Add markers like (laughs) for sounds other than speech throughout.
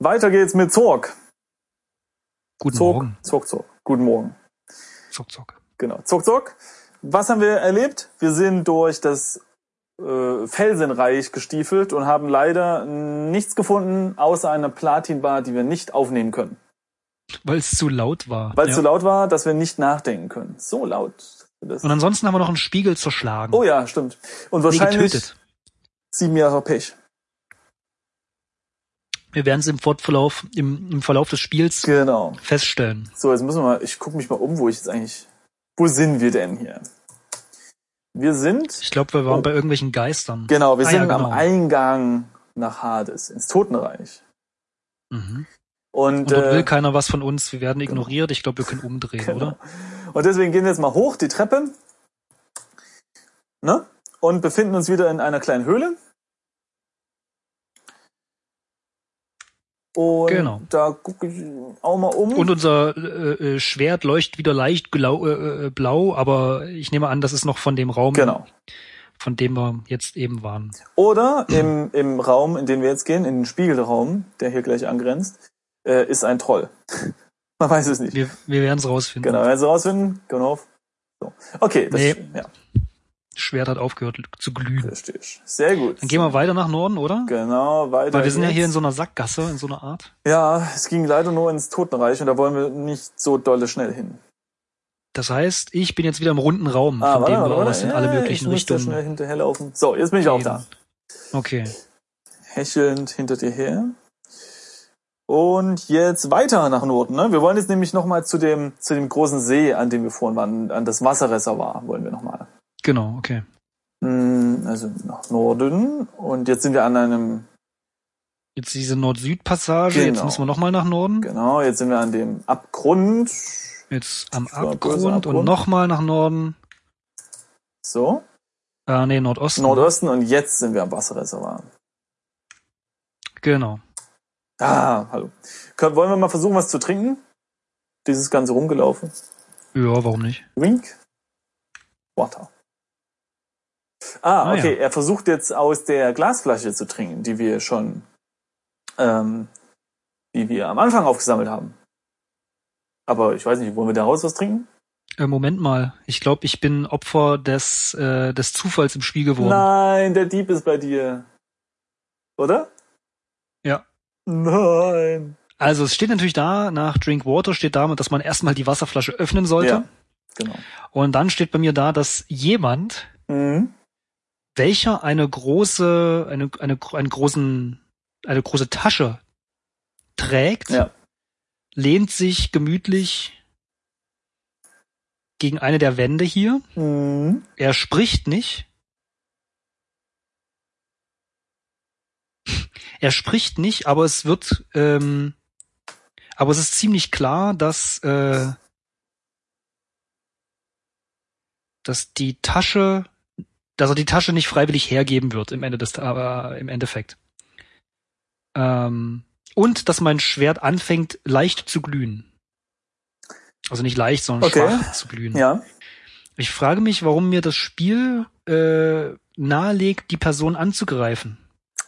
Weiter geht's mit Zorg. Guten Zorg, Morgen. Zorg, Zorg. Guten Morgen. Zuck, zuck. Genau. Zorg, Zorg. Was haben wir erlebt? Wir sind durch das äh, Felsenreich gestiefelt und haben leider nichts gefunden, außer einer Platinbar, die wir nicht aufnehmen können. Weil es zu laut war. Weil es Ja. zu laut war, dass wir nicht nachdenken können. So laut. Das Und ansonsten haben wir noch einen Spiegel zerschlagen. oh ja, stimmt. Und Nee, wahrscheinlich getötet. sieben Jahre Pech. Wir werden es im Fortverlauf, im, im Verlauf des Spiels Genau. feststellen. So, jetzt müssen wir mal, ich gucke mich mal um, wo ich jetzt eigentlich, wo sind wir denn hier? Wir sind, Ich glaube, wir waren Oh. bei irgendwelchen Geistern. genau, wir Ah ja, sind am genau. Eingang nach Hades, ins Totenreich. Mhm. Und, Und dort will äh, keiner was von uns. Wir werden ignoriert. Ich glaube, wir können umdrehen, Genau. oder? (laughs) und deswegen gehen wir jetzt mal hoch die Treppe, ne? Und befinden uns wieder in einer kleinen Höhle. Und Genau. da gucke ich auch mal um. Und unser äh, äh, Schwert leuchtet wieder leicht glau, äh, äh, blau, aber ich nehme an, das ist noch von dem Raum, genau. von dem wir jetzt eben waren. Oder im, im Raum, in den wir jetzt gehen, in den Spiegelraum, der hier gleich angrenzt, äh, ist ein Troll. (laughs) Man weiß es nicht. Wir, wir werden es rausfinden. Genau, also rausfinden, genau. So. Okay, das, Nee. ja, Das Schwert hat aufgehört zu glühen. verstehe ich. Sehr gut. Dann gehen wir weiter nach Norden, oder? Genau, weiter. Weil wir sind ja hier in geht's. so einer Sackgasse, in so einer Art. Ja, es ging leider nur ins Totenreich und da wollen wir nicht so dolle schnell hin. Das heißt, ich bin jetzt wieder im runden Raum, Mhm. Ah, von dem wir aus in alle Ja, möglichen ich muss da schnell Richtungen. hinterherlaufen. So, jetzt bin ich auch gehen. da. Okay. Hechelnd hinter dir her. Und jetzt weiter nach Norden. Ne? Wir wollen jetzt nämlich nochmal zu dem, zu dem großen See, an dem wir vorhin waren, an das Wasserreservoir wollen wir nochmal. Genau, okay. Also nach Norden. Und jetzt sind wir an einem, Jetzt diese Nord-Süd-Passage, jetzt Genau. müssen wir nochmal nach Norden. genau, jetzt sind wir an dem Abgrund. Jetzt am Ja, böser Abgrund und Abgrund. nochmal nach Norden. So, Äh, nee, Nordosten. Nordosten. Und jetzt sind wir am Wasserreservoir. Genau. Ah, hallo. Können, wollen wir mal versuchen, was zu trinken? Dieses ganze rumgelaufen. Ja, warum nicht? Drink Water. Ah, Ah, ja. okay. Er versucht jetzt aus der Glasflasche zu trinken, die wir schon, ähm, die wir am Anfang aufgesammelt haben. Aber ich weiß nicht, wollen wir daraus was trinken? Äh, Moment mal. Ich glaube, ich bin Opfer des, äh, des Zufalls im Spiel geworden. Nein, der Dieb ist bei dir. Oder? Ja. Nein. Also es steht natürlich da, nach Drink Water steht da, dass man erstmal die Wasserflasche öffnen sollte. Ja. Genau. Und dann steht bei mir da, dass jemand, Mhm. welcher eine große, eine, eine, einen großen, eine große Tasche trägt, Ja. lehnt sich gemütlich gegen eine der Wände hier. Mhm. Er spricht nicht. Er spricht nicht, aber es wird, ähm, aber es ist ziemlich klar, dass, äh, dass die Tasche, dass er die Tasche nicht freiwillig hergeben wird im Ende des, äh, im Endeffekt. Ähm, und dass mein Schwert anfängt leicht zu glühen. Also nicht leicht, sondern Okay. schwach zu glühen. Ja. Ich frage mich, warum mir das Spiel äh, nahelegt, die Person anzugreifen.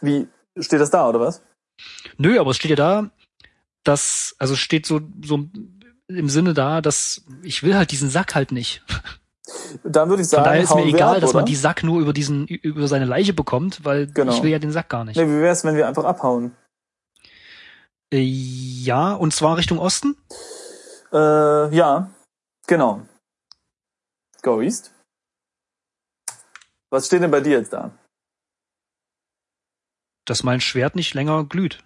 Wie steht das da oder was? Nö, aber es steht ja da, dass, also es steht so, so im Sinne da, dass ich will halt diesen Sack halt nicht. Dann würde ich Von sagen, daher ist mir hauen wir egal, ab, dass man oder? die Sack nur über diesen, über seine Leiche bekommt, weil Genau. ich will ja den Sack gar nicht. Nee, wie wär's, wenn wir einfach abhauen? Äh, ja, und zwar Richtung Osten. Äh, ja, genau. Go East. Was steht denn bei dir jetzt da? Dass mein Schwert nicht länger glüht.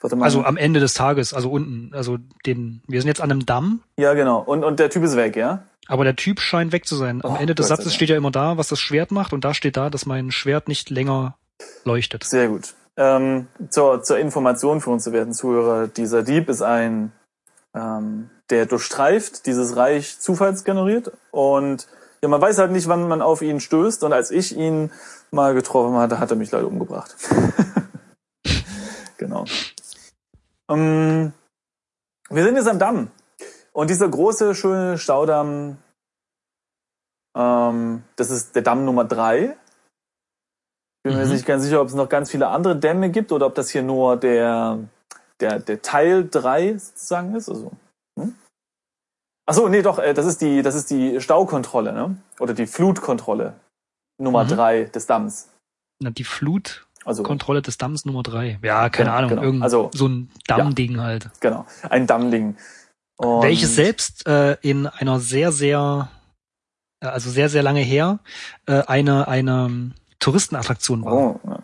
Warte mal. Also am Ende des Tages, also unten, also den, wir sind jetzt an einem Damm, ja, genau. Und, und der Typ ist weg, ja? Aber der Typ scheint weg zu sein. Am Oh, Ende des Gott sei Satzes Dank. steht ja immer da, was das Schwert macht, und da steht da, dass mein Schwert nicht länger leuchtet. Sehr gut. Ähm, zur, zur Information für unsere werten Zuhörer. Dieser Dieb ist ein, ähm, der durchstreift dieses Reich zufallsgeneriert und ja, man weiß halt nicht, wann man auf ihn stößt und als ich ihn mal getroffen hatte, hat er mich leider umgebracht. (laughs) genau. Ähm, wir sind jetzt am Damm und dieser große, schöne Staudamm, ähm, das ist der Damm Nummer drei bin mir jetzt Mhm. nicht ganz sicher, ob es noch ganz viele andere Dämme gibt oder ob das hier nur der, der, der Teil 3 sozusagen ist. Also, hm? Ach so, nee, doch, äh, das ist die, das ist die Staukontrolle, ne? Oder die Flutkontrolle Nummer Mhm. 3 des Dams. Na, die Flutkontrolle Also, des Dams Nummer drei. Ja, keine Genau, Ahnung. genau. Irgend Also- so ein Dammding halt. genau, ein Dammding. Und- Welches selbst äh, in einer sehr, sehr, äh, also sehr, sehr lange her, äh, eine, eine ähm, Touristenattraktion war. Oh, ja.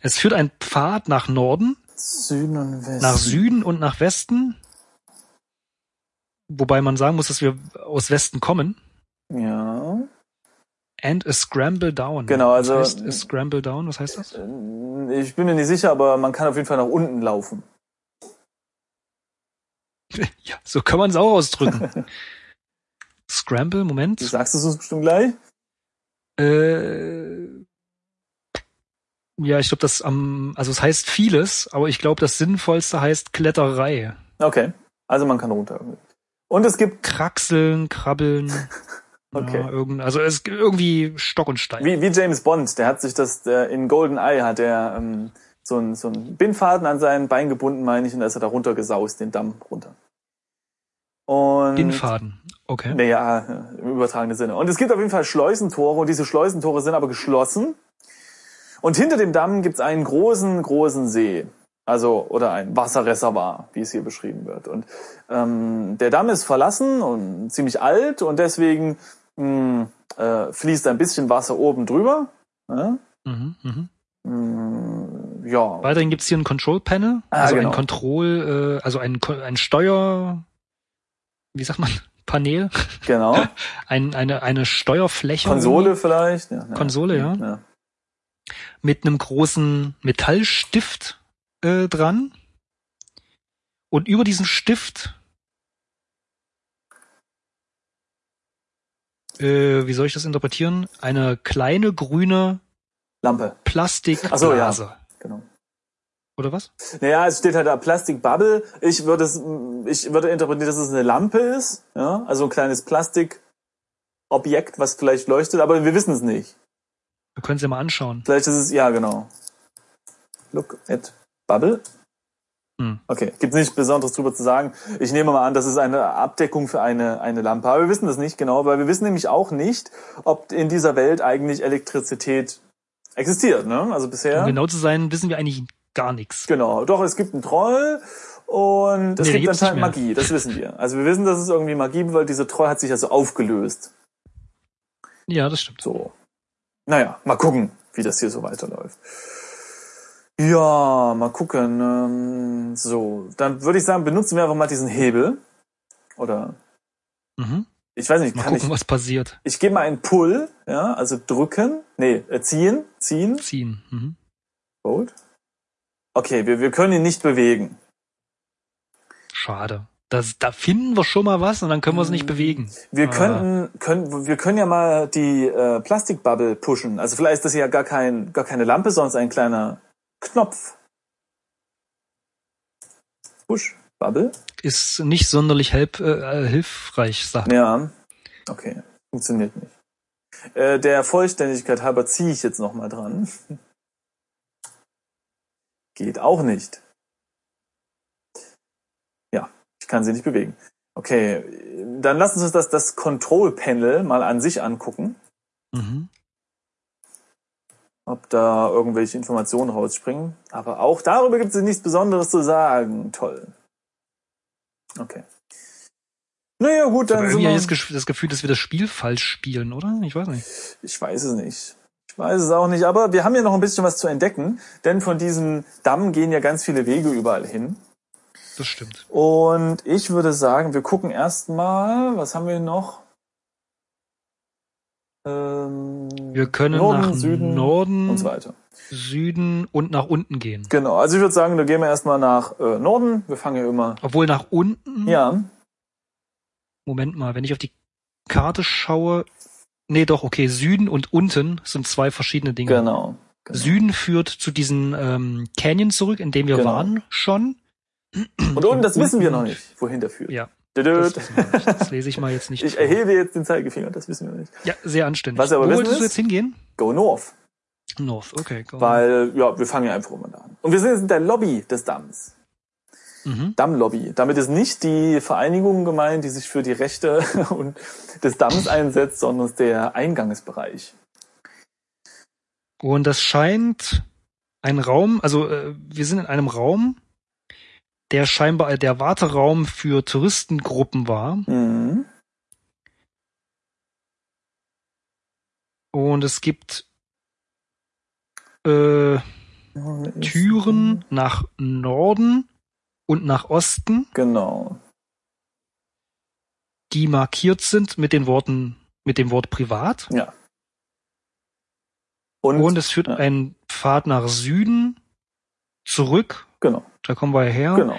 Es führt ein Pfad nach Norden, Süden und Westen. nach Süden und nach Westen. Wobei man sagen muss, dass wir aus Westen kommen. Ja. And a scramble down. Genau, also- Was heißt a scramble down? Was heißt das? äh, Ich bin mir nicht sicher, aber man kann auf jeden Fall nach unten laufen. Ja, so kann man es auch (laughs) ausdrücken. scramble, Moment. Du sagst es uns bestimmt gleich. Äh, ja, ich glaube, das am, also es heißt vieles, aber ich glaube, das Sinnvollste heißt Kletterei. Okay. Also man kann runter. irgendwie. Und es gibt, Kraxeln, krabbeln. (laughs) Okay. Ja, irgend, also es irgendwie Stock und Stein. wie, wie James Bond, der hat sich das, der, in Golden Eye hat er ähm, so einen so einen Bindfaden an sein Bein gebunden, meine ich, und da ist er da runtergesaust, den Damm runter. Und Den Faden. Okay. Naja, im übertragenen Sinne. Und es gibt auf jeden Fall Schleusentore und diese Schleusentore sind aber geschlossen. Und hinter dem Damm gibt es einen großen, großen See. Also, oder ein Wasserreservoir, wie es hier beschrieben wird. Und ähm, der Damm ist verlassen und ziemlich alt und deswegen mh, äh, fließt ein bisschen Wasser oben drüber. Ne? Mhm, mhm. Mh, Hm, ja. Weiterhin gibt's hier ein Control Panel, Ah, also genau. ein Control, äh, also ein, Ko- ein Steuer, wie sagt man, Panel, Genau. ein, eine, eine Steuerfläche. Konsole vielleicht. Ja, ja. Konsole, ja. ja. mit einem großen Metallstift äh, dran. Und über diesen Stift, äh, wie soll ich das interpretieren? Eine kleine grüne Lampe, Ach Plastikblase. so, ja. genau. Oder was? Naja, es steht halt da Plastikbubble. Ich würde es, ich würde interpretieren, dass es eine Lampe ist, ja, also ein kleines Plastikobjekt, was vielleicht leuchtet, aber wir wissen es nicht. Wir können es ja mal anschauen. Vielleicht ist es, ja, genau. Look at Bubble. Hm. Okay, gibt nichts Besonderes drüber zu sagen. Ich nehme mal an, das ist eine Abdeckung für eine, eine Lampe. Aber wir wissen das nicht genau, weil wir wissen nämlich auch nicht, ob in dieser Welt eigentlich Elektrizität existiert, ne? Also bisher. Um genau zu sein, wissen wir eigentlich gar nichts. Genau, doch, es gibt einen Troll und es Nee, den gibt gibt's nicht anscheinend mehr. Magie, das wissen wir. Also wir wissen, dass es irgendwie Magie gibt, weil dieser Troll hat sich ja so aufgelöst. Ja, das stimmt. So. Naja, mal gucken, wie das hier so weiterläuft. Ja, mal gucken. ähm, So, dann würde ich sagen, benutzen wir einfach mal diesen Hebel. Oder, Mhm. ich weiß nicht, Mal kann gucken, was passiert. ich, ich gebe mal einen Pull, ja, also drücken, nee, äh, ziehen, ziehen, Ziehen. Mhm. Hold. Okay, wir, wir können ihn nicht bewegen. Schade. Das, da finden wir schon mal was und dann können wir es nicht Mhm. bewegen. Wir Ah. könnten, können, wir können ja mal die äh, Plastikbubble pushen. Also vielleicht ist das ja gar kein, gar keine Lampe, sondern ein kleiner Knopf. Push, Bubble. Ist nicht sonderlich help, äh, hilfreich, sagt Ja. Okay, funktioniert nicht. Äh, der Vollständigkeit halber ziehe ich jetzt nochmal dran. (laughs) Geht auch nicht. Ja, ich kann sie nicht bewegen. Okay, dann lass uns das, das Control Panel mal an sich angucken. Mhm. ob da irgendwelche Informationen rausspringen. Aber auch darüber gibt es nichts Besonderes zu sagen. Toll. Okay. Naja, gut, Aber dann sind irgendwie habe ich das wir, Gesch- das Gefühl, dass wir das Spiel falsch spielen, oder? Ich weiß nicht. Ich weiß es nicht. Ich weiß es auch nicht, aber wir haben ja noch ein bisschen was zu entdecken, denn von diesem Damm gehen ja ganz viele Wege überall hin. Das stimmt. Und ich würde sagen, wir gucken erstmal, was haben wir noch? Ähm, Wir können Norden, nach Süden Norden, und so weiter. Süden und nach unten gehen. Genau, also ich würde sagen, da gehen wir erstmal nach äh, Norden. Wir fangen ja immer. Obwohl nach unten, Ja, Moment mal, wenn ich auf die Karte schaue, nee, doch, okay, Süden und unten sind zwei verschiedene Dinge. Genau. genau. Süden führt zu diesen ähm, Canyon zurück, in dem wir Genau. waren schon. Und unten, das wissen wir noch unten- nicht, wohin der führt. Ja, Düdüt. das, wissen wir nicht. das lese ich mal jetzt nicht. Ich vor. erhebe jetzt den Zeigefinger, das wissen wir nicht. ja, sehr anständig. Was aber Wo wissen wolltest du ist- jetzt hingehen? Go North. North, okay, go. Weil, ja, wir fangen ja einfach immer da an. Und wir sind jetzt in der Lobby des Dams. Mhm. Dammlobby. Damit ist nicht die Vereinigung gemeint, die sich für die Rechte (laughs) und des Dams einsetzt, sondern es ist der Eingangsbereich. Und das scheint ein Raum, also äh, wir sind in einem Raum, der scheinbar äh, der Warteraum für Touristengruppen war. Mhm. Und es gibt äh, Türen nach Norden und nach Osten, Genau. die markiert sind mit den Worten, mit dem Wort privat. Und, Und, es führt ja. ein Pfad nach Süden zurück. Genau. Da kommen wir her. genau.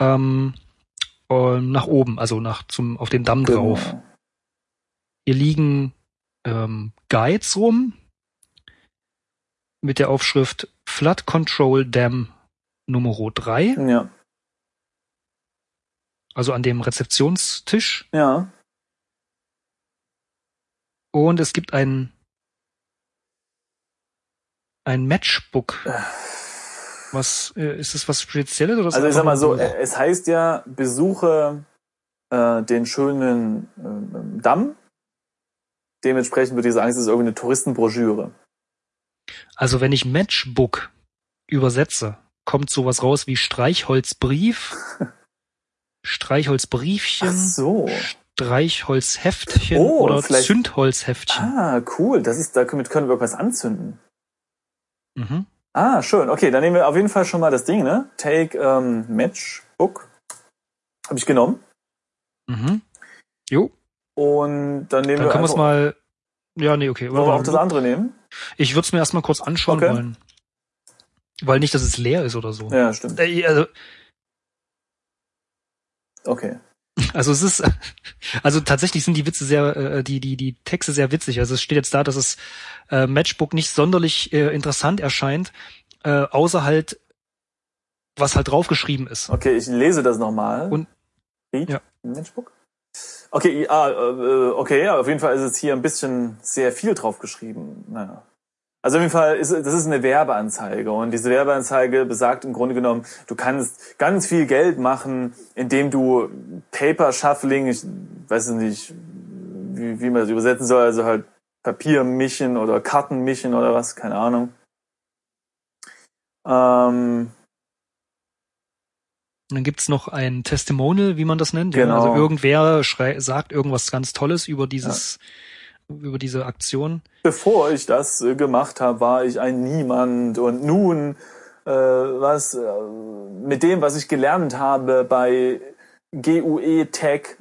Ähm, ähm, nach oben, also nach zum auf den Damm drauf. Genau. Hier liegen ähm, Guides rum mit der Aufschrift Flood Control Dam Numero 3, Ja. also an dem Rezeptionstisch. Ja. Und es gibt ein, ein Matchbook. Was äh, ist das was Spezielles oder ist Also ich das sag mal so, einfach äh, es heißt ja, besuche äh, den schönen ähm, Damm. Dementsprechend würde ich sagen, es ist irgendeine Touristenbroschüre. Also wenn ich Matchbook übersetze, kommt sowas raus (laughs) wie Streichholzbrief, Ach Streichholzbriefchen, so. Streichholzheftchen Oh, oder vielleicht- Zündholzheftchen. Ah, cool. Das ist, damit können wir irgendwas anzünden. Mhm. Ah, schön. Okay, dann nehmen wir auf jeden Fall schon mal das Ding, ne? Take ähm, Matchbook. Habe ich genommen. Mhm. Jo, Und dann nehmen dann wir können wir es einfach- mal. Ja, nee, okay. wollen wir auch das andere nehmen. Ich würde es mir erstmal kurz anschauen Okay. wollen. Weil nicht, dass es leer ist oder so. Ja, stimmt. Äh, Also, Okay. also es ist, (laughs) also tatsächlich sind die Witze sehr, äh, die, die, die Texte sehr witzig. Also es steht jetzt da, dass es äh, Matchbook nicht sonderlich äh, interessant erscheint, äh, außer halt, was halt draufgeschrieben ist. Okay, ich lese das nochmal. Und- Read ja. Matchbook? Okay, ah, äh, okay, ja, auf jeden Fall ist jetzt hier ein bisschen sehr viel drauf geschrieben. Naja. Also auf jeden Fall ist das ist eine Werbeanzeige und diese Werbeanzeige besagt im Grunde genommen, du kannst ganz viel Geld machen, indem du Paper Shuffling, ich weiß es nicht, wie, wie man das übersetzen soll, also halt Papier mischen oder Karten mischen oder was, keine Ahnung. Ähm, Und dann gibt's noch ein Testimonial, wie man das nennt. Genau. Also irgendwer schrei sagt irgendwas ganz Tolles über dieses, über diese Aktion. Bevor ich das äh, gemacht habe, war ich ein Niemand und nun, äh, was äh, mit dem, was ich gelernt habe bei GUE Tech,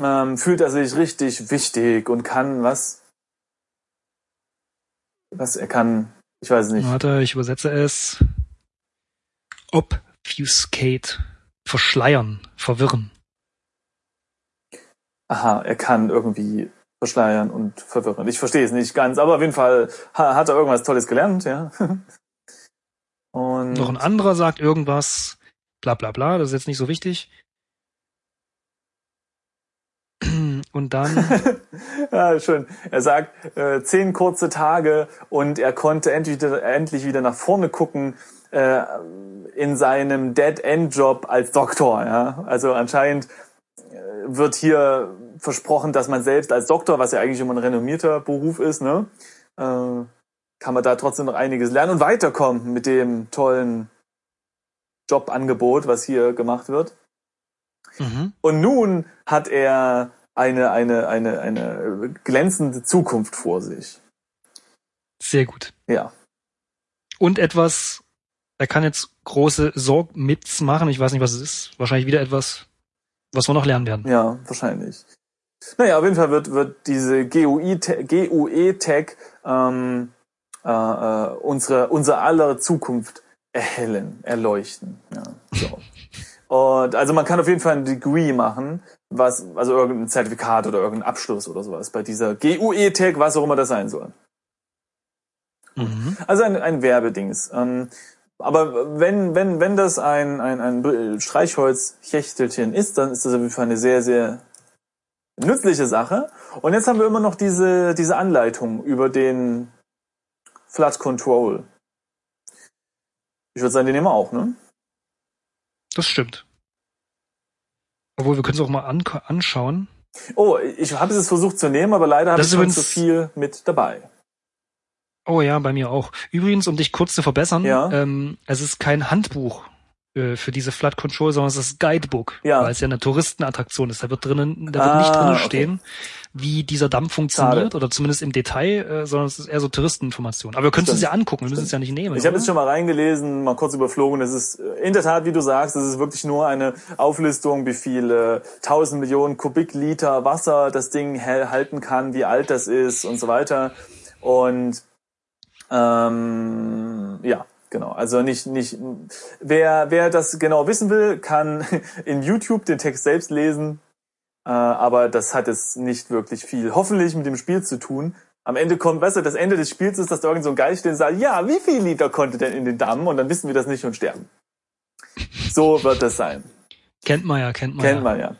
ähm, fühlt er sich richtig wichtig und kann was? Was er kann, ich weiß nicht. Warte, ich übersetze es. Obfuscate. Verschleiern. Verwirren. Aha, er kann irgendwie verschleiern und verwirren. Ich verstehe es nicht ganz, aber auf jeden Fall ha- hat er irgendwas Tolles gelernt, ja. (laughs) und Noch ein anderer sagt irgendwas. Bla bla bla. Das ist jetzt nicht so wichtig. (clears throat) Und (laughs) dann, ja, schön. Er sagt, äh, zehn kurze Tage und er konnte endlich, endlich wieder nach vorne gucken äh, in seinem Dead-End-Job als Doktor. Ja? Also anscheinend äh, wird hier versprochen, dass man selbst als Doktor, was ja eigentlich immer ein renommierter Beruf ist, ne, äh, kann man da trotzdem noch einiges lernen und weiterkommen mit dem tollen Jobangebot, was hier gemacht wird. mhm. Und nun hat er eine, eine, eine, eine glänzende Zukunft vor sich. sehr gut. Ja. Und etwas, er kann jetzt große Sorgmits machen. Ich weiß nicht, was es ist. Wahrscheinlich wieder etwas, was wir noch lernen werden. Ja, wahrscheinlich. Naja, auf jeden Fall wird, wird diese GUE-Tech ähm, äh, äh, unsere, unsere aller Zukunft erhellen, erleuchten. Ja, so. Und also man kann auf jeden Fall ein Degree machen, was, also irgendein Zertifikat oder irgendein Abschluss oder sowas bei dieser GUE-Tech, was auch immer das sein soll. Mhm. Also ein, ein Werbedings. Ähm, aber wenn, wenn, wenn das ein, ein, ein Streichholzchächtelchen ist, dann ist das auf jeden Fall eine sehr, sehr nützliche Sache. Und jetzt haben wir immer noch diese, diese Anleitung über den Flood Control. Ich würde sagen, den nehmen wir auch, ne? Das stimmt. Obwohl, wir können es auch mal an anschauen. Oh, ich habe es versucht zu nehmen, aber leider habe Das ich ist schon übrigens- zu viel mit dabei. Oh ja, bei mir auch. Übrigens, um dich kurz zu verbessern, Ja. ähm, es ist kein Handbuch äh, für diese Flood Control, sondern es ist Guidebook, Ja. weil es ja eine Touristenattraktion ist. Da wird drinnen, da wird Ah, nicht drinnen okay. stehen, wie dieser Damm funktioniert Schade. oder zumindest im Detail, äh, sondern es ist eher so Touristeninformation. Aber wir können es uns ja Stimmt. angucken, wir müssen es ja nicht nehmen. Ich habe oder? jetzt schon mal reingelesen, mal kurz überflogen. Das ist äh, in der Tat, wie du sagst, es ist wirklich nur eine Auflistung, wie viele tausend Millionen Kubikliter Wasser das Ding hell halten kann, wie alt das ist und so weiter. Und ähm, ja, genau. Also nicht nicht. Wer wer das genau wissen will, kann (laughs) in YouTube den Text selbst lesen. Äh, aber das hat jetzt nicht wirklich viel, hoffentlich, mit dem Spiel zu tun. Am Ende kommt, weißt du, das Ende des Spiels ist, dass da irgend so ein Geist steht und sagt, ja, wie viel Liter konnte denn in den Damm? Und dann wissen wir das nicht und sterben. So wird das sein. kennt man (laughs) ja, kennt man Kennt ja. man ja.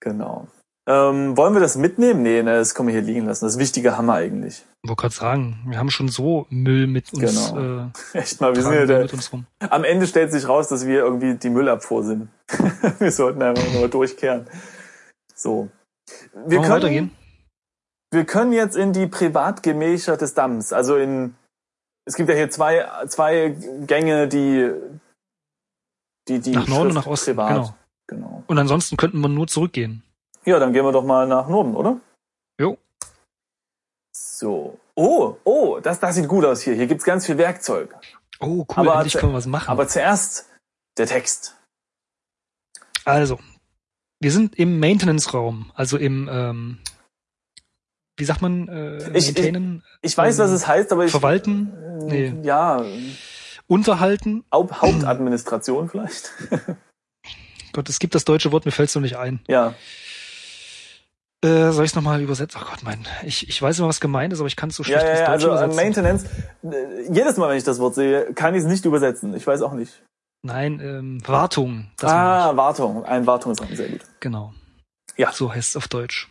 Genau. Ähm, wollen wir das mitnehmen? Nee, ne, das können wir hier liegen lassen. Das Wichtige haben wir eigentlich. (laughs) Wollte gerade sagen, wir haben schon so Müll mit uns, Genau. äh, Echt mal, wir sind ja tragen wir der, mit uns rum. am Ende stellt sich raus, dass wir irgendwie die Müllabfuhr sind. (laughs) wir sollten einfach nur durchkehren. So. Wir Wollen wir weitergehen? wir können jetzt in die Privatgemächer des Damms, also in, es gibt ja hier zwei, zwei Gänge, die, die, die Nach Norden und Schrift nach Osten, privat. genau. genau. Und ansonsten könnten wir nur zurückgehen. Ja, dann gehen wir doch mal nach Norden, oder? Jo. So. Oh, oh, das, das sieht gut aus hier. Hier gibt's ganz viel Werkzeug. Oh, cool, Aber endlich zu- können wir was machen. Aber zuerst der Text. Also, wir sind im Maintenance-Raum, also im, ähm, wie sagt man, äh, Ich- ich- maintainen, Ich weiß, was es heißt, aber ich... verwalten, Nee. Ähm, Nee. Ja, unterhalten. Haupt Hauptadministration vielleicht. Gott, es gibt das deutsche Wort, mir fällt es noch nicht ein. Ja, Äh, soll ich es nochmal übersetzen? Ach Gott, mein, ich, ich weiß immer, was gemeint ist, aber ich kann es so schlecht ja, ja, ins ja Deutsche also äh, übersetzen. Maintenance. äh, Jedes Mal, wenn ich das Wort sehe, kann ich es nicht übersetzen. Ich weiß auch nicht. Nein, ähm, Wartung. Das meine ah, Wartung. Ein Wartungsraum, sehr gut. ich. Genau. Ja. So heißt es auf Deutsch.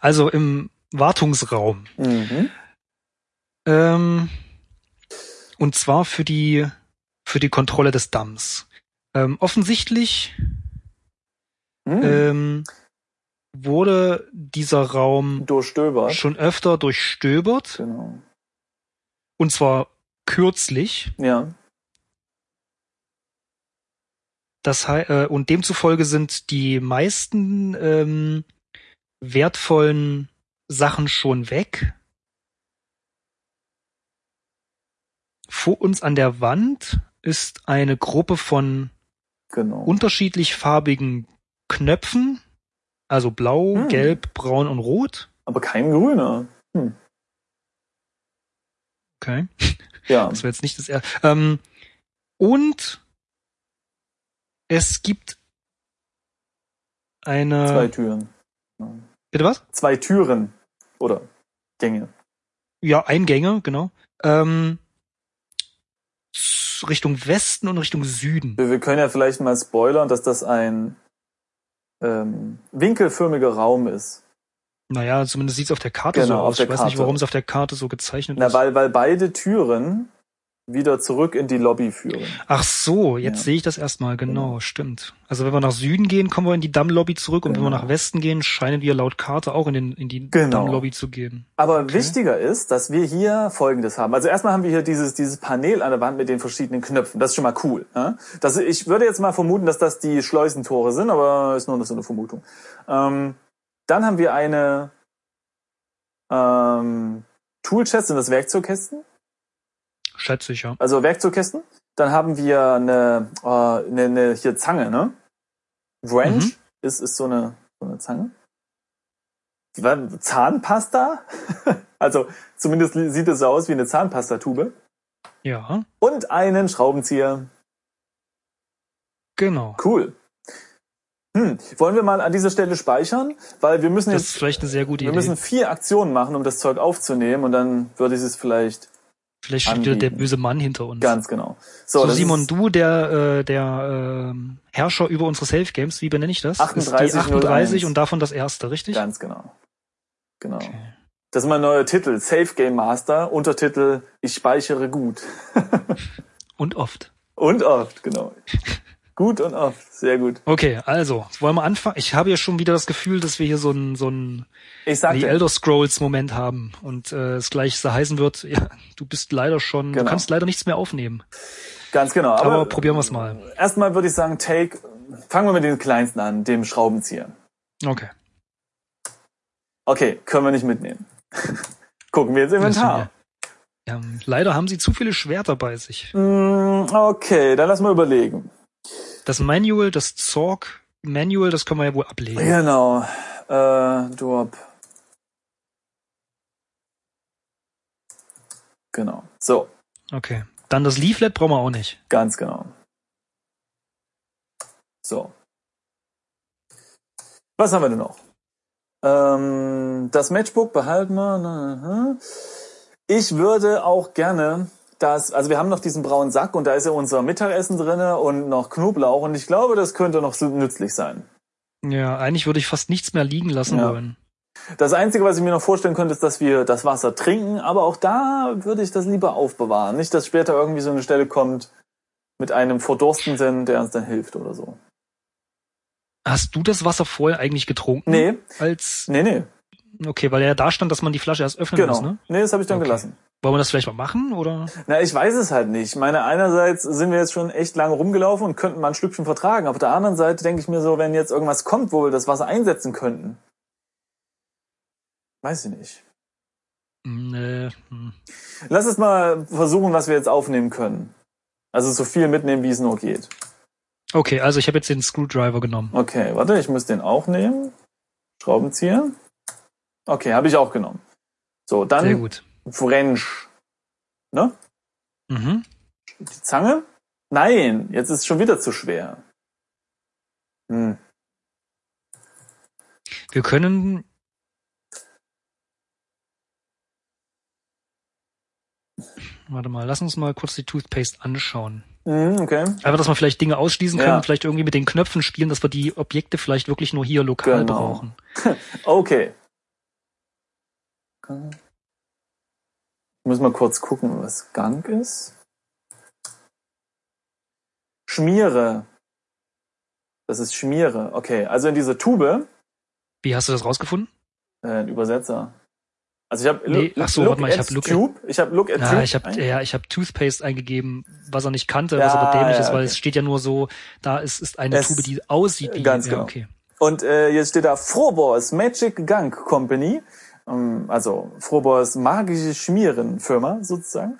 Also im Wartungsraum. Mhm. Ähm, und zwar für die für die Kontrolle des Dams. Ähm, offensichtlich Mhm. ähm, wurde dieser Raum Durchstöbert. schon öfter durchstöbert Genau. und zwar kürzlich. Ja. Das hei- äh, und demzufolge sind die meisten ähm, wertvollen Sachen schon weg. Vor uns an der Wand ist eine Gruppe von Genau. unterschiedlich farbigen Knöpfen, also blau, Hm. gelb, braun und rot. Aber kein Grüner. Okay. Ja. Das wäre jetzt nicht das erste. Ähm, und es gibt eine. Zwei Türen. Bitte was? Zwei Türen. Oder Gänge. Ja, Eingänge, genau. Ähm, s- Richtung Westen und Richtung Süden. Wir, wir können ja vielleicht mal spoilern, dass das ein ähm, winkelförmiger Raum ist. Naja, zumindest sieht's auf der Karte Genau, so auf aus. Ich der weiß nicht, Karte. warum es auf der Karte so gezeichnet Na, ist. weil, weil beide Türen wieder zurück in die Lobby führen. Ach so, jetzt Ja. sehe ich das erstmal. Genau, Genau. stimmt. Also wenn wir nach Süden gehen, kommen wir in die Dammlobby zurück und wenn wir Genau. nach Westen gehen, scheinen wir laut Karte auch in, den, in die Genau. Dammlobby zu gehen. Aber wichtiger ist, dass wir hier Folgendes haben. Also erstmal haben wir hier dieses, dieses Panel an der Wand mit den verschiedenen Knöpfen. Das ist schon mal cool. Ne? Das, ich würde jetzt mal vermuten, dass das die Schleusentore sind, aber ist nur so eine Vermutung. Ähm, dann haben wir eine ähm, Toolchest, sind das Werkzeugkästen? Schätze ich ja. Also Werkzeugkästen. Dann haben wir eine, äh, eine, eine hier Zange, ne? Wrench Mhm. ist, ist so, eine, so eine Zange. Wa- Zahnpasta? (laughs) also zumindest li- sieht es so aus wie eine Zahnpastatube. Ja, Und einen Schraubenzieher. genau. Cool. Hm, wollen wir mal an dieser Stelle speichern? Weil wir müssen Das jetzt ist vielleicht eine sehr gute wir Idee. müssen vier Aktionen machen, um das Zeug aufzunehmen und dann würde ich es vielleicht vielleicht steht wieder der anbieten. böse Mann hinter uns. ganz genau. so, das Simon, ist du, der, äh, der ähm, Herrscher über unsere Safe Games, wie benenne ich das? Ist die 38.01. 38 und davon das erste, richtig? ganz genau. Genau. Okay. Das ist mein neuer Titel, Safe Game Master, Untertitel Ich speichere gut. Und oft. Und oft, (laughs) genau. Gut und oft, sehr gut. Okay, also, wollen wir anfangen? Ich habe ja schon wieder das Gefühl, dass wir hier so einen so einen Ich sagte, die Elder Scrolls Moment haben und äh, es gleich so heißen wird, ja, du bist leider schon, du Genau. kannst leider nichts mehr aufnehmen. ganz genau. Aber, Aber, probieren wir es mal. erstmal würde ich sagen, Take, fangen wir mit dem kleinsten an, dem Schraubenzieher. Okay. Okay, können wir nicht mitnehmen. (laughs) Gucken wir ins Inventar. Ähm, leider haben sie zu viele Schwerter bei sich. Mm, Okay, dann lass mal überlegen. Das Manual, das Zorg Manual, das können wir ja wohl ablegen. Genau. Äh, Drop. Genau. So, Okay. Dann das Leaflet brauchen wir auch nicht. ganz genau. So. Was haben wir denn noch? Ähm, das Matchbook behalten wir. Na, na, na. Ich würde auch gerne das, also wir haben noch diesen braunen Sack und da ist ja unser Mittagessen drinne und noch Knoblauch und ich glaube, das könnte noch so nützlich sein. Ja, eigentlich würde ich fast nichts mehr liegen lassen Ja. wollen. Das Einzige, was ich mir noch vorstellen könnte, ist, dass wir das Wasser trinken, aber auch da würde ich das lieber aufbewahren. Nicht, dass später irgendwie so eine Stelle kommt mit einem Verdurstenden, der uns dann hilft oder so. Hast du das Wasser vorher eigentlich getrunken? Nee, Als, nee, nee, okay, weil ja da stand, dass man die Flasche erst öffnen genau. muss, Hm, ne? Nee, das habe ich dann Okay. gelassen. Wollen wir das vielleicht mal machen, oder? Na, ich weiß es halt nicht. Ich meine, einerseits sind wir jetzt schon echt lange rumgelaufen und könnten mal ein Schlückchen vertragen. Auf der anderen Seite denke ich mir so, wenn jetzt irgendwas kommt, wo wir das Wasser einsetzen könnten. Weiß ich nicht. Nee. hm. Lass es mal versuchen, was wir jetzt aufnehmen können. Also so viel mitnehmen, wie es nur geht. Okay, also ich habe jetzt den Screwdriver genommen. Okay, warte, ich muss den auch nehmen. Schraubenzieher. Okay, habe ich auch genommen. So, Sehr dann gut. French. Mhm. Die Zange? Nein, jetzt ist es schon wieder zu schwer. Hm. Wir können. Warte mal, lass uns mal kurz die Toothpaste anschauen. Hm, okay. Einfach, dass wir vielleicht Dinge ausschließen können, Ja. vielleicht irgendwie mit den Knöpfen spielen, dass wir die Objekte vielleicht wirklich nur hier lokal Genau. brauchen. Okay. Ich muss mal kurz gucken, was Gang ist. Schmiere. Das ist Schmiere. Okay, also in dieser Tube, Wie hast du das rausgefunden? äh, ein Übersetzer. Also ich habe Nee, ach so, warte mal, ich hab Look at- Tube. Ich habe Look at Ja, Tube. ich habe ein- ja, ich habe Toothpaste eingegeben, was er nicht kannte, Ja, was aber dämlich ja, ist, weil okay. es steht ja nur so, da ist, ist eine Es- Tube, die aussieht wie ganz ja, genau. okay. Und äh, jetzt steht da Frobors Magic Gang Company, ähm, also Frobors magische Schmierenfirma sozusagen.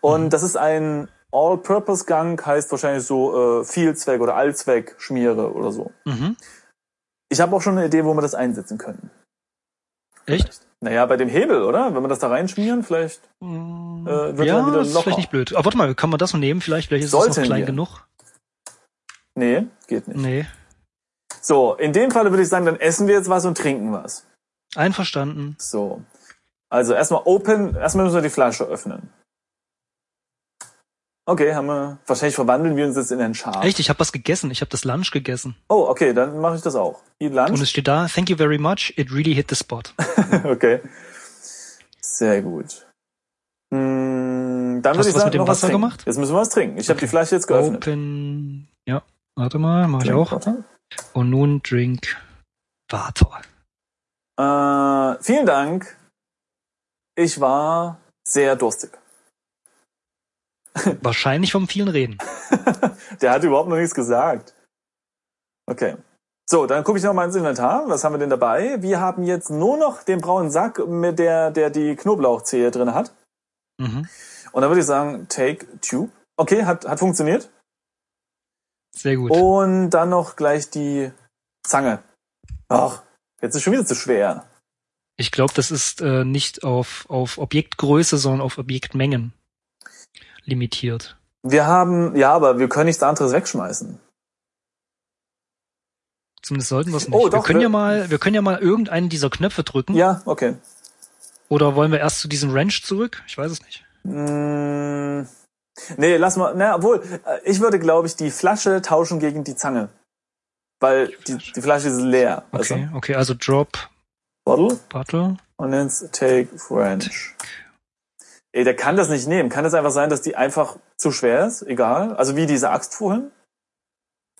Und Mhm. das ist ein All-Purpose Gang, heißt wahrscheinlich so äh, Vielzweck oder Allzweck Schmiere oder so. Mhm. Ich habe auch schon eine Idee, wo wir das einsetzen können. Echt? Naja, bei dem Hebel, oder? Wenn wir das da reinschmieren, vielleicht. Mm, Äh, wird dann ja, wieder das ist locker. vielleicht nicht blöd. Aber warte mal, kann man das noch nehmen? Vielleicht, vielleicht ist es noch Sollten klein wir. genug. Nee, geht nicht. Nee. So, in dem Falle würde ich sagen, dann essen wir jetzt was und trinken was. Einverstanden. So. Also erstmal open, erstmal müssen wir die Flasche öffnen. Okay, haben wir. Wahrscheinlich verwandeln wir uns jetzt in einen Schaf. Echt, ich habe was gegessen. Ich habe das Lunch gegessen. Oh, okay, dann mache ich das auch. Eat Und lunch. es steht da, thank you very much, it really hit the spot. (laughs) Okay. Sehr gut. Hm, dann Hast würde ich du was sagen, mit dem noch was Wasser trinken. gemacht? Jetzt müssen wir was trinken. Ich habe die Flasche jetzt geöffnet. Open. Ja, warte mal, mache Oh, ich auch. Und nun drink (laughs) Water. Äh, vielen Dank. Ich war sehr durstig. Wahrscheinlich vom vielen Reden. Der hat überhaupt noch nichts gesagt. Okay. So, dann gucke ich noch mal ins Inventar. Was haben wir denn dabei? Wir haben jetzt nur noch den braunen Sack, mit der, der die Knoblauchzehe drin hat. Mhm. Und dann würde ich sagen, take tube. Okay, hat, hat funktioniert. Sehr gut. Und dann noch gleich die Zange. Ach, jetzt ist schon wieder zu schwer. Ich glaube, das ist äh, nicht auf, auf Objektgröße, sondern auf Objektmengen limitiert. Wir haben, ja, aber wir können nichts anderes wegschmeißen. Zumindest sollten wir es nicht. Oh, wir doch, können wir- ja mal, wir können ja mal irgendeinen dieser Knöpfe drücken. Ja, okay. Oder wollen wir erst zu diesem Wrench zurück? Ich weiß es nicht. Mm, nee, lass mal. Na, obwohl, äh, ich würde, glaube ich, die Flasche tauschen gegen die Zange. Weil die, die Flasche ist leer. Okay, okay, also Drop Bottle? Bottle. Und jetzt take French. Ey, der kann das nicht nehmen. Kann es einfach sein, dass die einfach zu schwer ist? Egal. Also wie diese Axt vorhin?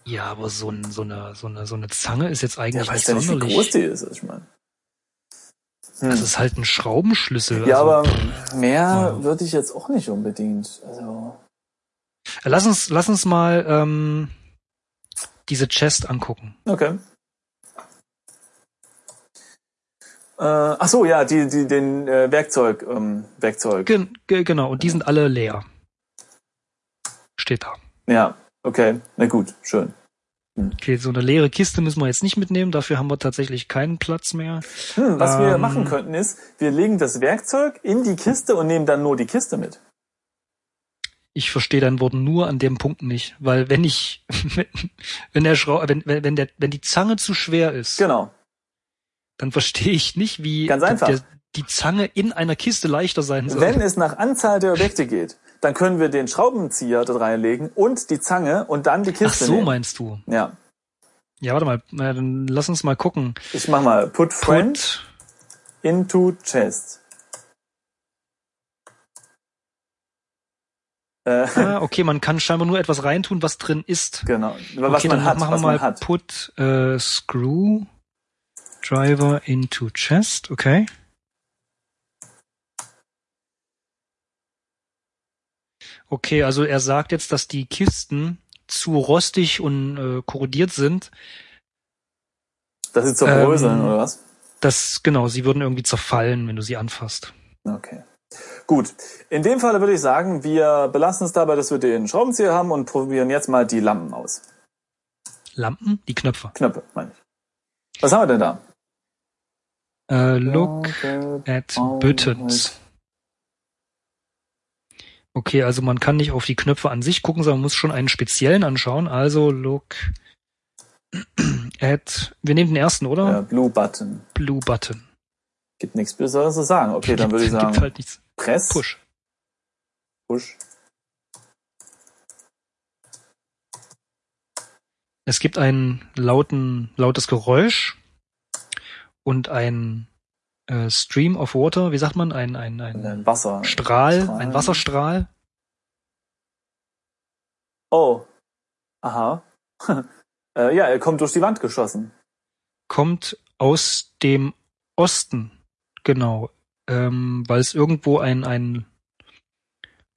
Ja, aber so, ein, so, eine, so, eine, so eine Zange ist jetzt Ja, eigentlich weiß nicht ja nicht, wie sonderlich. groß die ist, ich meine. Hm. das ist halt ein Schraubenschlüssel. ja, also. aber mehr Ja. würde ich jetzt auch nicht unbedingt. Also, Äh, Lass uns, lass uns mal ähm, diese Chest angucken. okay. Äh, ach so, ja, die, die, den äh, Werkzeug, ähm, Werkzeug. Gen ge genau, und die sind alle leer. Steht da. Ja, okay. Na gut, schön. Okay, so eine leere Kiste müssen wir jetzt nicht mitnehmen. Dafür haben wir tatsächlich keinen Platz mehr. Hm, was wir Ähm. machen könnten ist, wir legen das Werkzeug in die Kiste und nehmen dann nur die Kiste mit. Ich verstehe dein Wort nur an dem Punkt nicht, weil wenn ich, (laughs) wenn der Schrau wenn, wenn, wenn der, wenn die Zange zu schwer ist, Genau. dann verstehe ich nicht, wie Ganz einfach. Der, die Zange in einer Kiste leichter sein soll. Wenn es nach Anzahl der Objekte geht, dann können wir den Schraubenzieher dort reinlegen und die Zange und dann die Ach Kiste so nehmen. meinst du? Ja, Ja, warte mal, na, dann lass uns mal gucken. ich mach mal put friend Put, into chest. Äh, ah, okay, man kann scheinbar nur etwas reintun, was drin ist. genau. Was okay, man dann hat, machen was wir mal man hat. Put äh, Screw Driver into Chest, okay. Okay, also er sagt jetzt, dass die Kisten zu rostig und äh, korrodiert sind. Das ist zum Ähm, Bröseln oder was? Das genau, sie würden irgendwie zerfallen, wenn du sie anfasst. Okay. Gut. In dem Fall würde ich sagen, wir belassen es dabei, dass wir den Schraubenzieher haben und probieren jetzt mal die Lampen aus. Lampen, die Knöpfe. Knöpfe, meine ich. Was haben wir denn da? Äh, look Okay. at Oh, buttons. Okay, also man kann nicht auf die Knöpfe an sich gucken, sondern man muss schon einen speziellen anschauen. Also look at. Wir nehmen den ersten, oder? Ja, Blue Button. Blue Button. Gibt nichts Besonderes zu sagen. Okay, dann würde ich Gibt- sagen, Gibt halt nichts. Press, Push. Push. Es gibt ein lauten, lautes Geräusch und ein äh, Stream of Water. Wie sagt man? Ein, ein, Und ein dann Wasser. Strahl, Strahl. ein Wasserstrahl. Oh. Aha. (laughs) äh, ja, er kommt durch die Wand geschossen. kommt aus dem Osten, genau, ähm, weil es irgendwo ein, ein,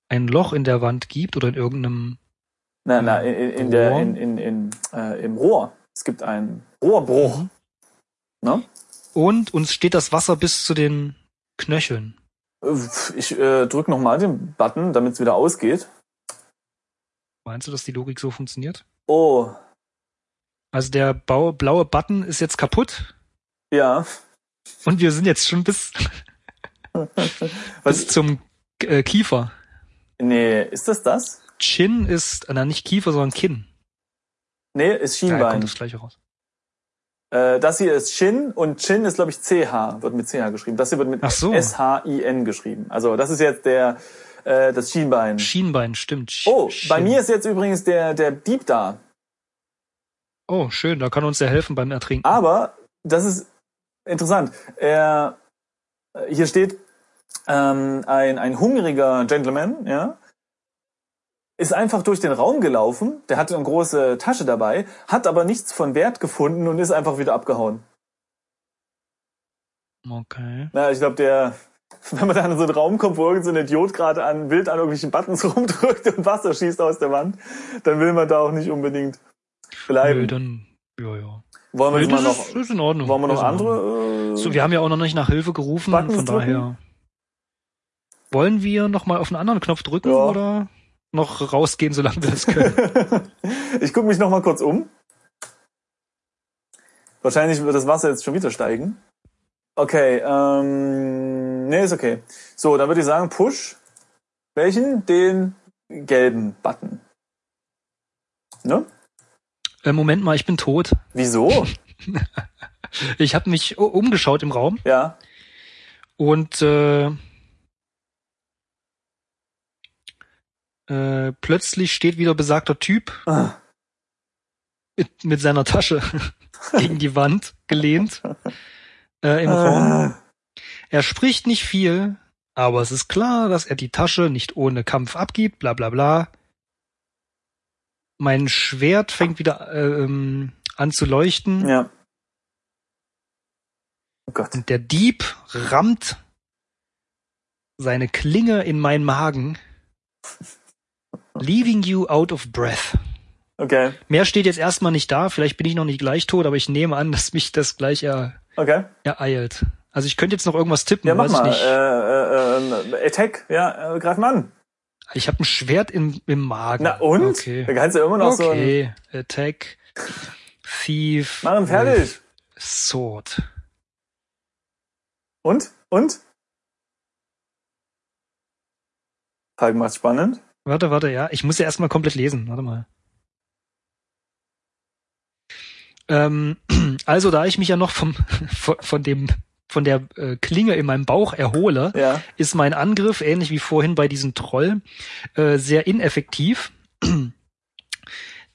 ein Loch in der Wand gibt oder in irgendeinem, Nein, nein, in, in, in der, Hm. Rohr. in, in, in, äh, im Rohr. Es gibt einen Rohrbruch. Mhm. Ne? und uns steht das Wasser bis zu den Knöcheln. Äh, Ich äh, drück noch nochmal den Button, damit es wieder ausgeht. Meinst du, dass die Logik so funktioniert? Oh, Also der bau, blaue Button ist jetzt kaputt ja. und wir sind jetzt (laughs) schon bis, bis Was? zum äh, Kiefer. Nee, ist das das? Chin ist, na nicht Kiefer, sondern Kinn. Nee, ist Daher Schienbein. kommt das gleiche raus. Äh, das hier ist Shin und Chin ist, glaube ich, CH, wird mit CH geschrieben. Das hier wird mit Ach so. S-H-I-N geschrieben. Also das ist jetzt der äh, das Schienbein. Schienbein, stimmt. Sch- Oh, bei Chin. mir ist jetzt übrigens der, der Dieb da. Oh, schön, da kann uns der helfen beim Ertrinken. Aber das ist interessant. Er, äh, hier steht ähm, ein, ein hungriger Gentleman, ja, ist einfach durch den Raum gelaufen, der hatte eine große Tasche dabei, hat aber nichts von Wert gefunden und ist einfach wieder abgehauen. Okay. Na, ich glaube, der, (laughs) wenn man da in so einen Raum kommt, wo irgendein so ein Idiot gerade an wild an irgendwelchen Buttons (laughs) rumdrückt und Wasser schießt aus der Wand, dann will man da auch nicht unbedingt Nö, bleiben. dann, ja, ja. wollen wir Nö, jetzt mal das, noch, ist, das ist in Ordnung. wollen wir Das noch ist in Ordnung. andere? Äh, So, wir haben ja auch noch nicht nach Hilfe gerufen, Buttons von daher. Wollen wir noch mal auf einen anderen Knopf drücken Ja. oder noch rausgehen, solange wir das können? ich gucke mich noch mal kurz um. Wahrscheinlich wird das Wasser jetzt schon wieder steigen. Okay, ähm, nee, ist okay. So, dann würde ich sagen, push. Welchen? Den gelben Button. Ne? äh, Moment mal, ich bin tot. Wieso? Ich habe mich u- umgeschaut im Raum Ja. und äh, äh, plötzlich steht wieder besagter Typ Ah. mit, mit (laughs) seiner Tasche gegen die Wand gelehnt äh, im Raum. Ah. Er spricht nicht viel, aber es ist klar, dass er die Tasche nicht ohne Kampf abgibt, bla bla bla. Mein Schwert fängt wieder äh, ähm, an zu leuchten. Äh, Ja. Oh Gott. Und der Dieb rammt seine Klinge in meinen Magen, leaving you out of breath. Okay. Mehr steht jetzt erstmal nicht da, vielleicht bin ich noch nicht gleich tot, aber ich nehme an, (laughs) dass mich das gleich er, Okay. ereilt. Also ich könnte jetzt noch irgendwas tippen, Ja, mach Hm, weiß ich mal. nicht. Äh, äh, äh, Attack, ja, äh, greif mal an. Ich habe ein Schwert im, im Magen. Na und? Da Okay. kannst du immer noch so ein. okay. Attack. Thief. Mach ihn fertig. with Sword. Und? Und? Falk macht's spannend. Warte, warte, ja. Ich muss ja erstmal komplett lesen. Warte mal. Ähm, (clears throat) also, da ich mich ja noch vom, (laughs) von, von dem, von der äh, Klinge in meinem Bauch erhole, Ja. ist mein Angriff, ähnlich wie vorhin bei diesem Troll, äh, sehr ineffektiv. (clears throat)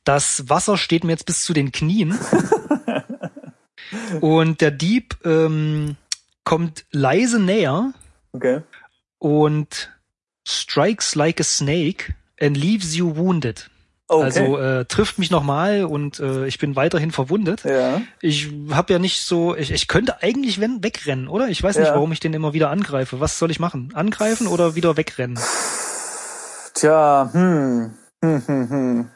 Das Wasser steht mir jetzt bis zu den Knien. Und der Dieb ähm, kommt leise näher Okay. und strikes like a snake and leaves you wounded. okay. Also äh, trifft mich nochmal und äh, ich bin weiterhin verwundet. ja. Ich habe ja nicht so, ich, ich könnte eigentlich wenn, wegrennen, oder? Ich weiß nicht, Ja. warum ich den immer wieder angreife. Was soll ich machen? Angreifen oder wieder wegrennen? Tja, hm. Hm, hm, hm.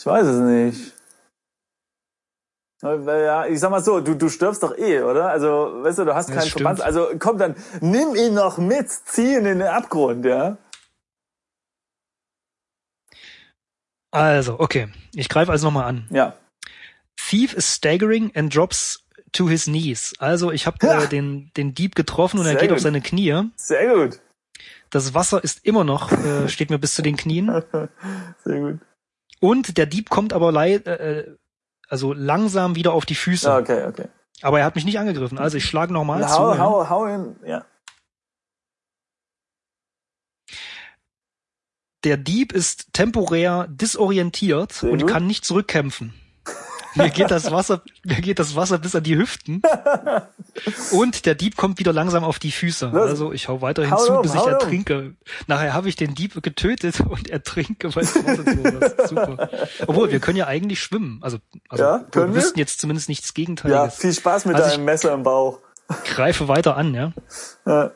Ich weiß es nicht. Aber, äh, Ja, ich sag mal so, du, du stirbst doch eh, oder? Also, weißt du, du hast Das keinen stimmt. Verband. Also, komm dann, nimm ihn noch mit, zieh ihn in den Abgrund, ja? Also, okay. Ich greife also nochmal an. Ja. Thief is staggering and drops to his knees. Also, ich habe Ha! äh, den, den Dieb getroffen und er Sehr geht gut. auf seine Knie. Sehr gut. (laughs) Das Wasser ist immer noch, äh, steht mir bis zu den Knien. Sehr gut. Und der Dieb kommt aber lei äh, äh, also langsam wieder auf die Füße. Ja, okay, okay. Aber er hat mich nicht angegriffen. Also, ich schlage nochmal zu. Hau, ja. hau, hau ihn, ja. Der Dieb ist temporär disorientiert Sehr und gut. kann nicht zurückkämpfen. Mir geht das Wasser, (laughs) mir geht das Wasser bis an die (laughs) Hüften. Und der Dieb kommt wieder langsam auf die Füße. Los. Also ich hau weiterhin Hau zu, rum, bis hau ich rum. ertrinke. Nachher habe ich den Dieb getötet (laughs) und ertrinke, weil das Wasser zu hoch ist. Super. Obwohl, wir können ja eigentlich schwimmen. Also, also Ja, wir können wir? wüssten jetzt zumindest nichts Ja, Gegenteiliges. viel Spaß mit Also ich- deinem Messer im Bauch. Ich greife weiter an, ja. Ja.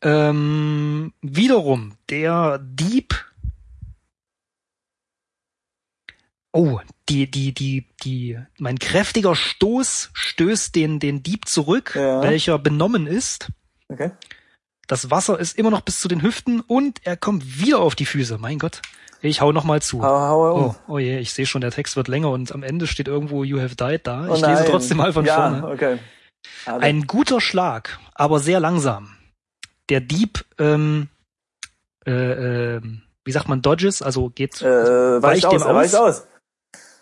Ähm, wiederum, der Dieb. Oh, die, die, die, die, mein kräftiger Stoß stößt den, den Dieb zurück, Ja. welcher benommen ist. Okay. Das Wasser ist immer noch bis zu den Hüften und er kommt wieder auf die Füße. Mein Gott. Ich hau nochmal zu. Hau, hau, um. hau. Oh, oh je, ich sehe schon, der Text wird länger und am Ende steht irgendwo You have died da. Oh Ich lese nein. trotzdem mal von ja, vorne. okay. Aber- Ein guter Schlag, aber sehr langsam. Der Dieb, ähm, äh, ähm, wie sagt man, dodges, also geht, äh, weicht weicht aus, dem er weicht aus.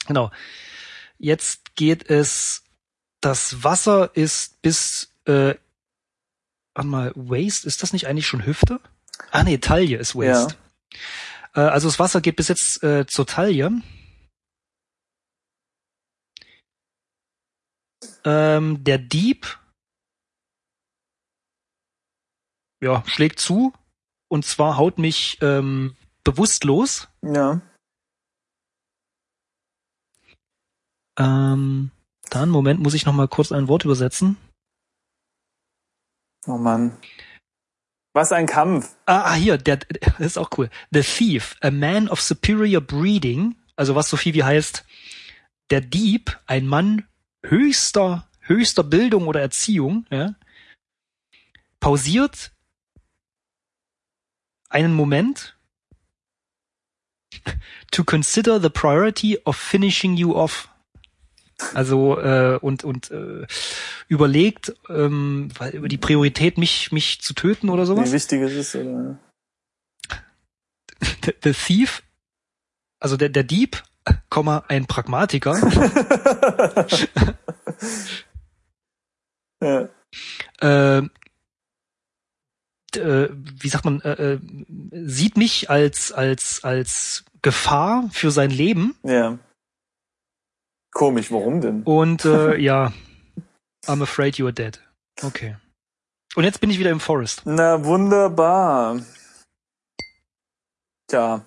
genau. Jetzt geht es, das Wasser ist bis, äh, warte mal, Waist, ist das nicht eigentlich schon Hüfte? Ah nee, Taille ist Waist. Äh, also das Wasser geht bis jetzt äh, zur Taille. Ähm, der Dieb ja, schlägt zu und zwar haut mich ähm, bewusstlos. Ja. Ähm, dann, Moment, muss ich noch mal kurz ein Wort übersetzen. Oh Mann. Was ein Kampf. Ah, ah, hier, der, das ist auch cool. The Thief, a man of superior breeding, also was so viel wie heißt, der Dieb, ein Mann höchster, höchster Bildung oder Erziehung, ja, pausiert einen Moment to consider the priority of finishing you off. Also äh, und und äh, überlegt ähm, weil- über die Priorität mich mich zu töten oder sowas. Wie wichtig es ist. (laughs) Oder? (laughs) the, the Thief, also der, der Dieb, Komma, ein Pragmatiker, (laughs) ja. äh, d- äh, wie sagt man, äh, äh, sieht mich als, als, als Gefahr für sein Leben ja. Komisch, warum denn? (laughs) und äh, ja, I'm afraid you are dead. Okay. Und jetzt bin ich wieder im Forest. Na, wunderbar. Tja.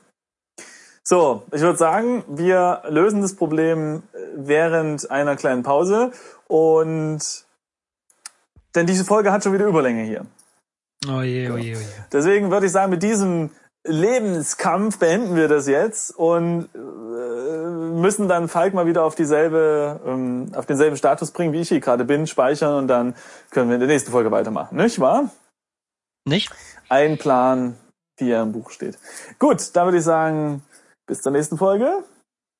So, ich würde sagen, wir lösen das Problem äh, während einer kleinen Pause und denn diese Folge hat schon wieder Überlänge hier. Oh je, oh je, oh je. Deswegen würde ich sagen, mit diesem Lebenskampf beenden wir das jetzt und äh, müssen dann Falk mal wieder auf dieselbe, ähm, auf denselben Status bringen, wie ich hier gerade bin, speichern und dann können wir in der nächsten Folge weitermachen. Nicht wahr? Nicht? Ein Plan, wie er im Buch steht. Gut, dann würde ich sagen, bis zur nächsten Folge.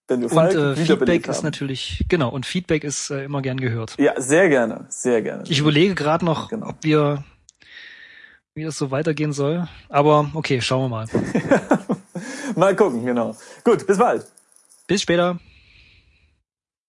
Wenn wir Und Falk äh, wiederbelebt Feedback ist haben. natürlich, genau, und Feedback ist äh, immer gern gehört. Ja, sehr gerne, sehr gerne. Ich überlege gerade noch, Genau. ob wir, wie das so weitergehen soll. Aber okay, schauen wir mal. mal gucken, genau. Gut, bis bald. Bis später.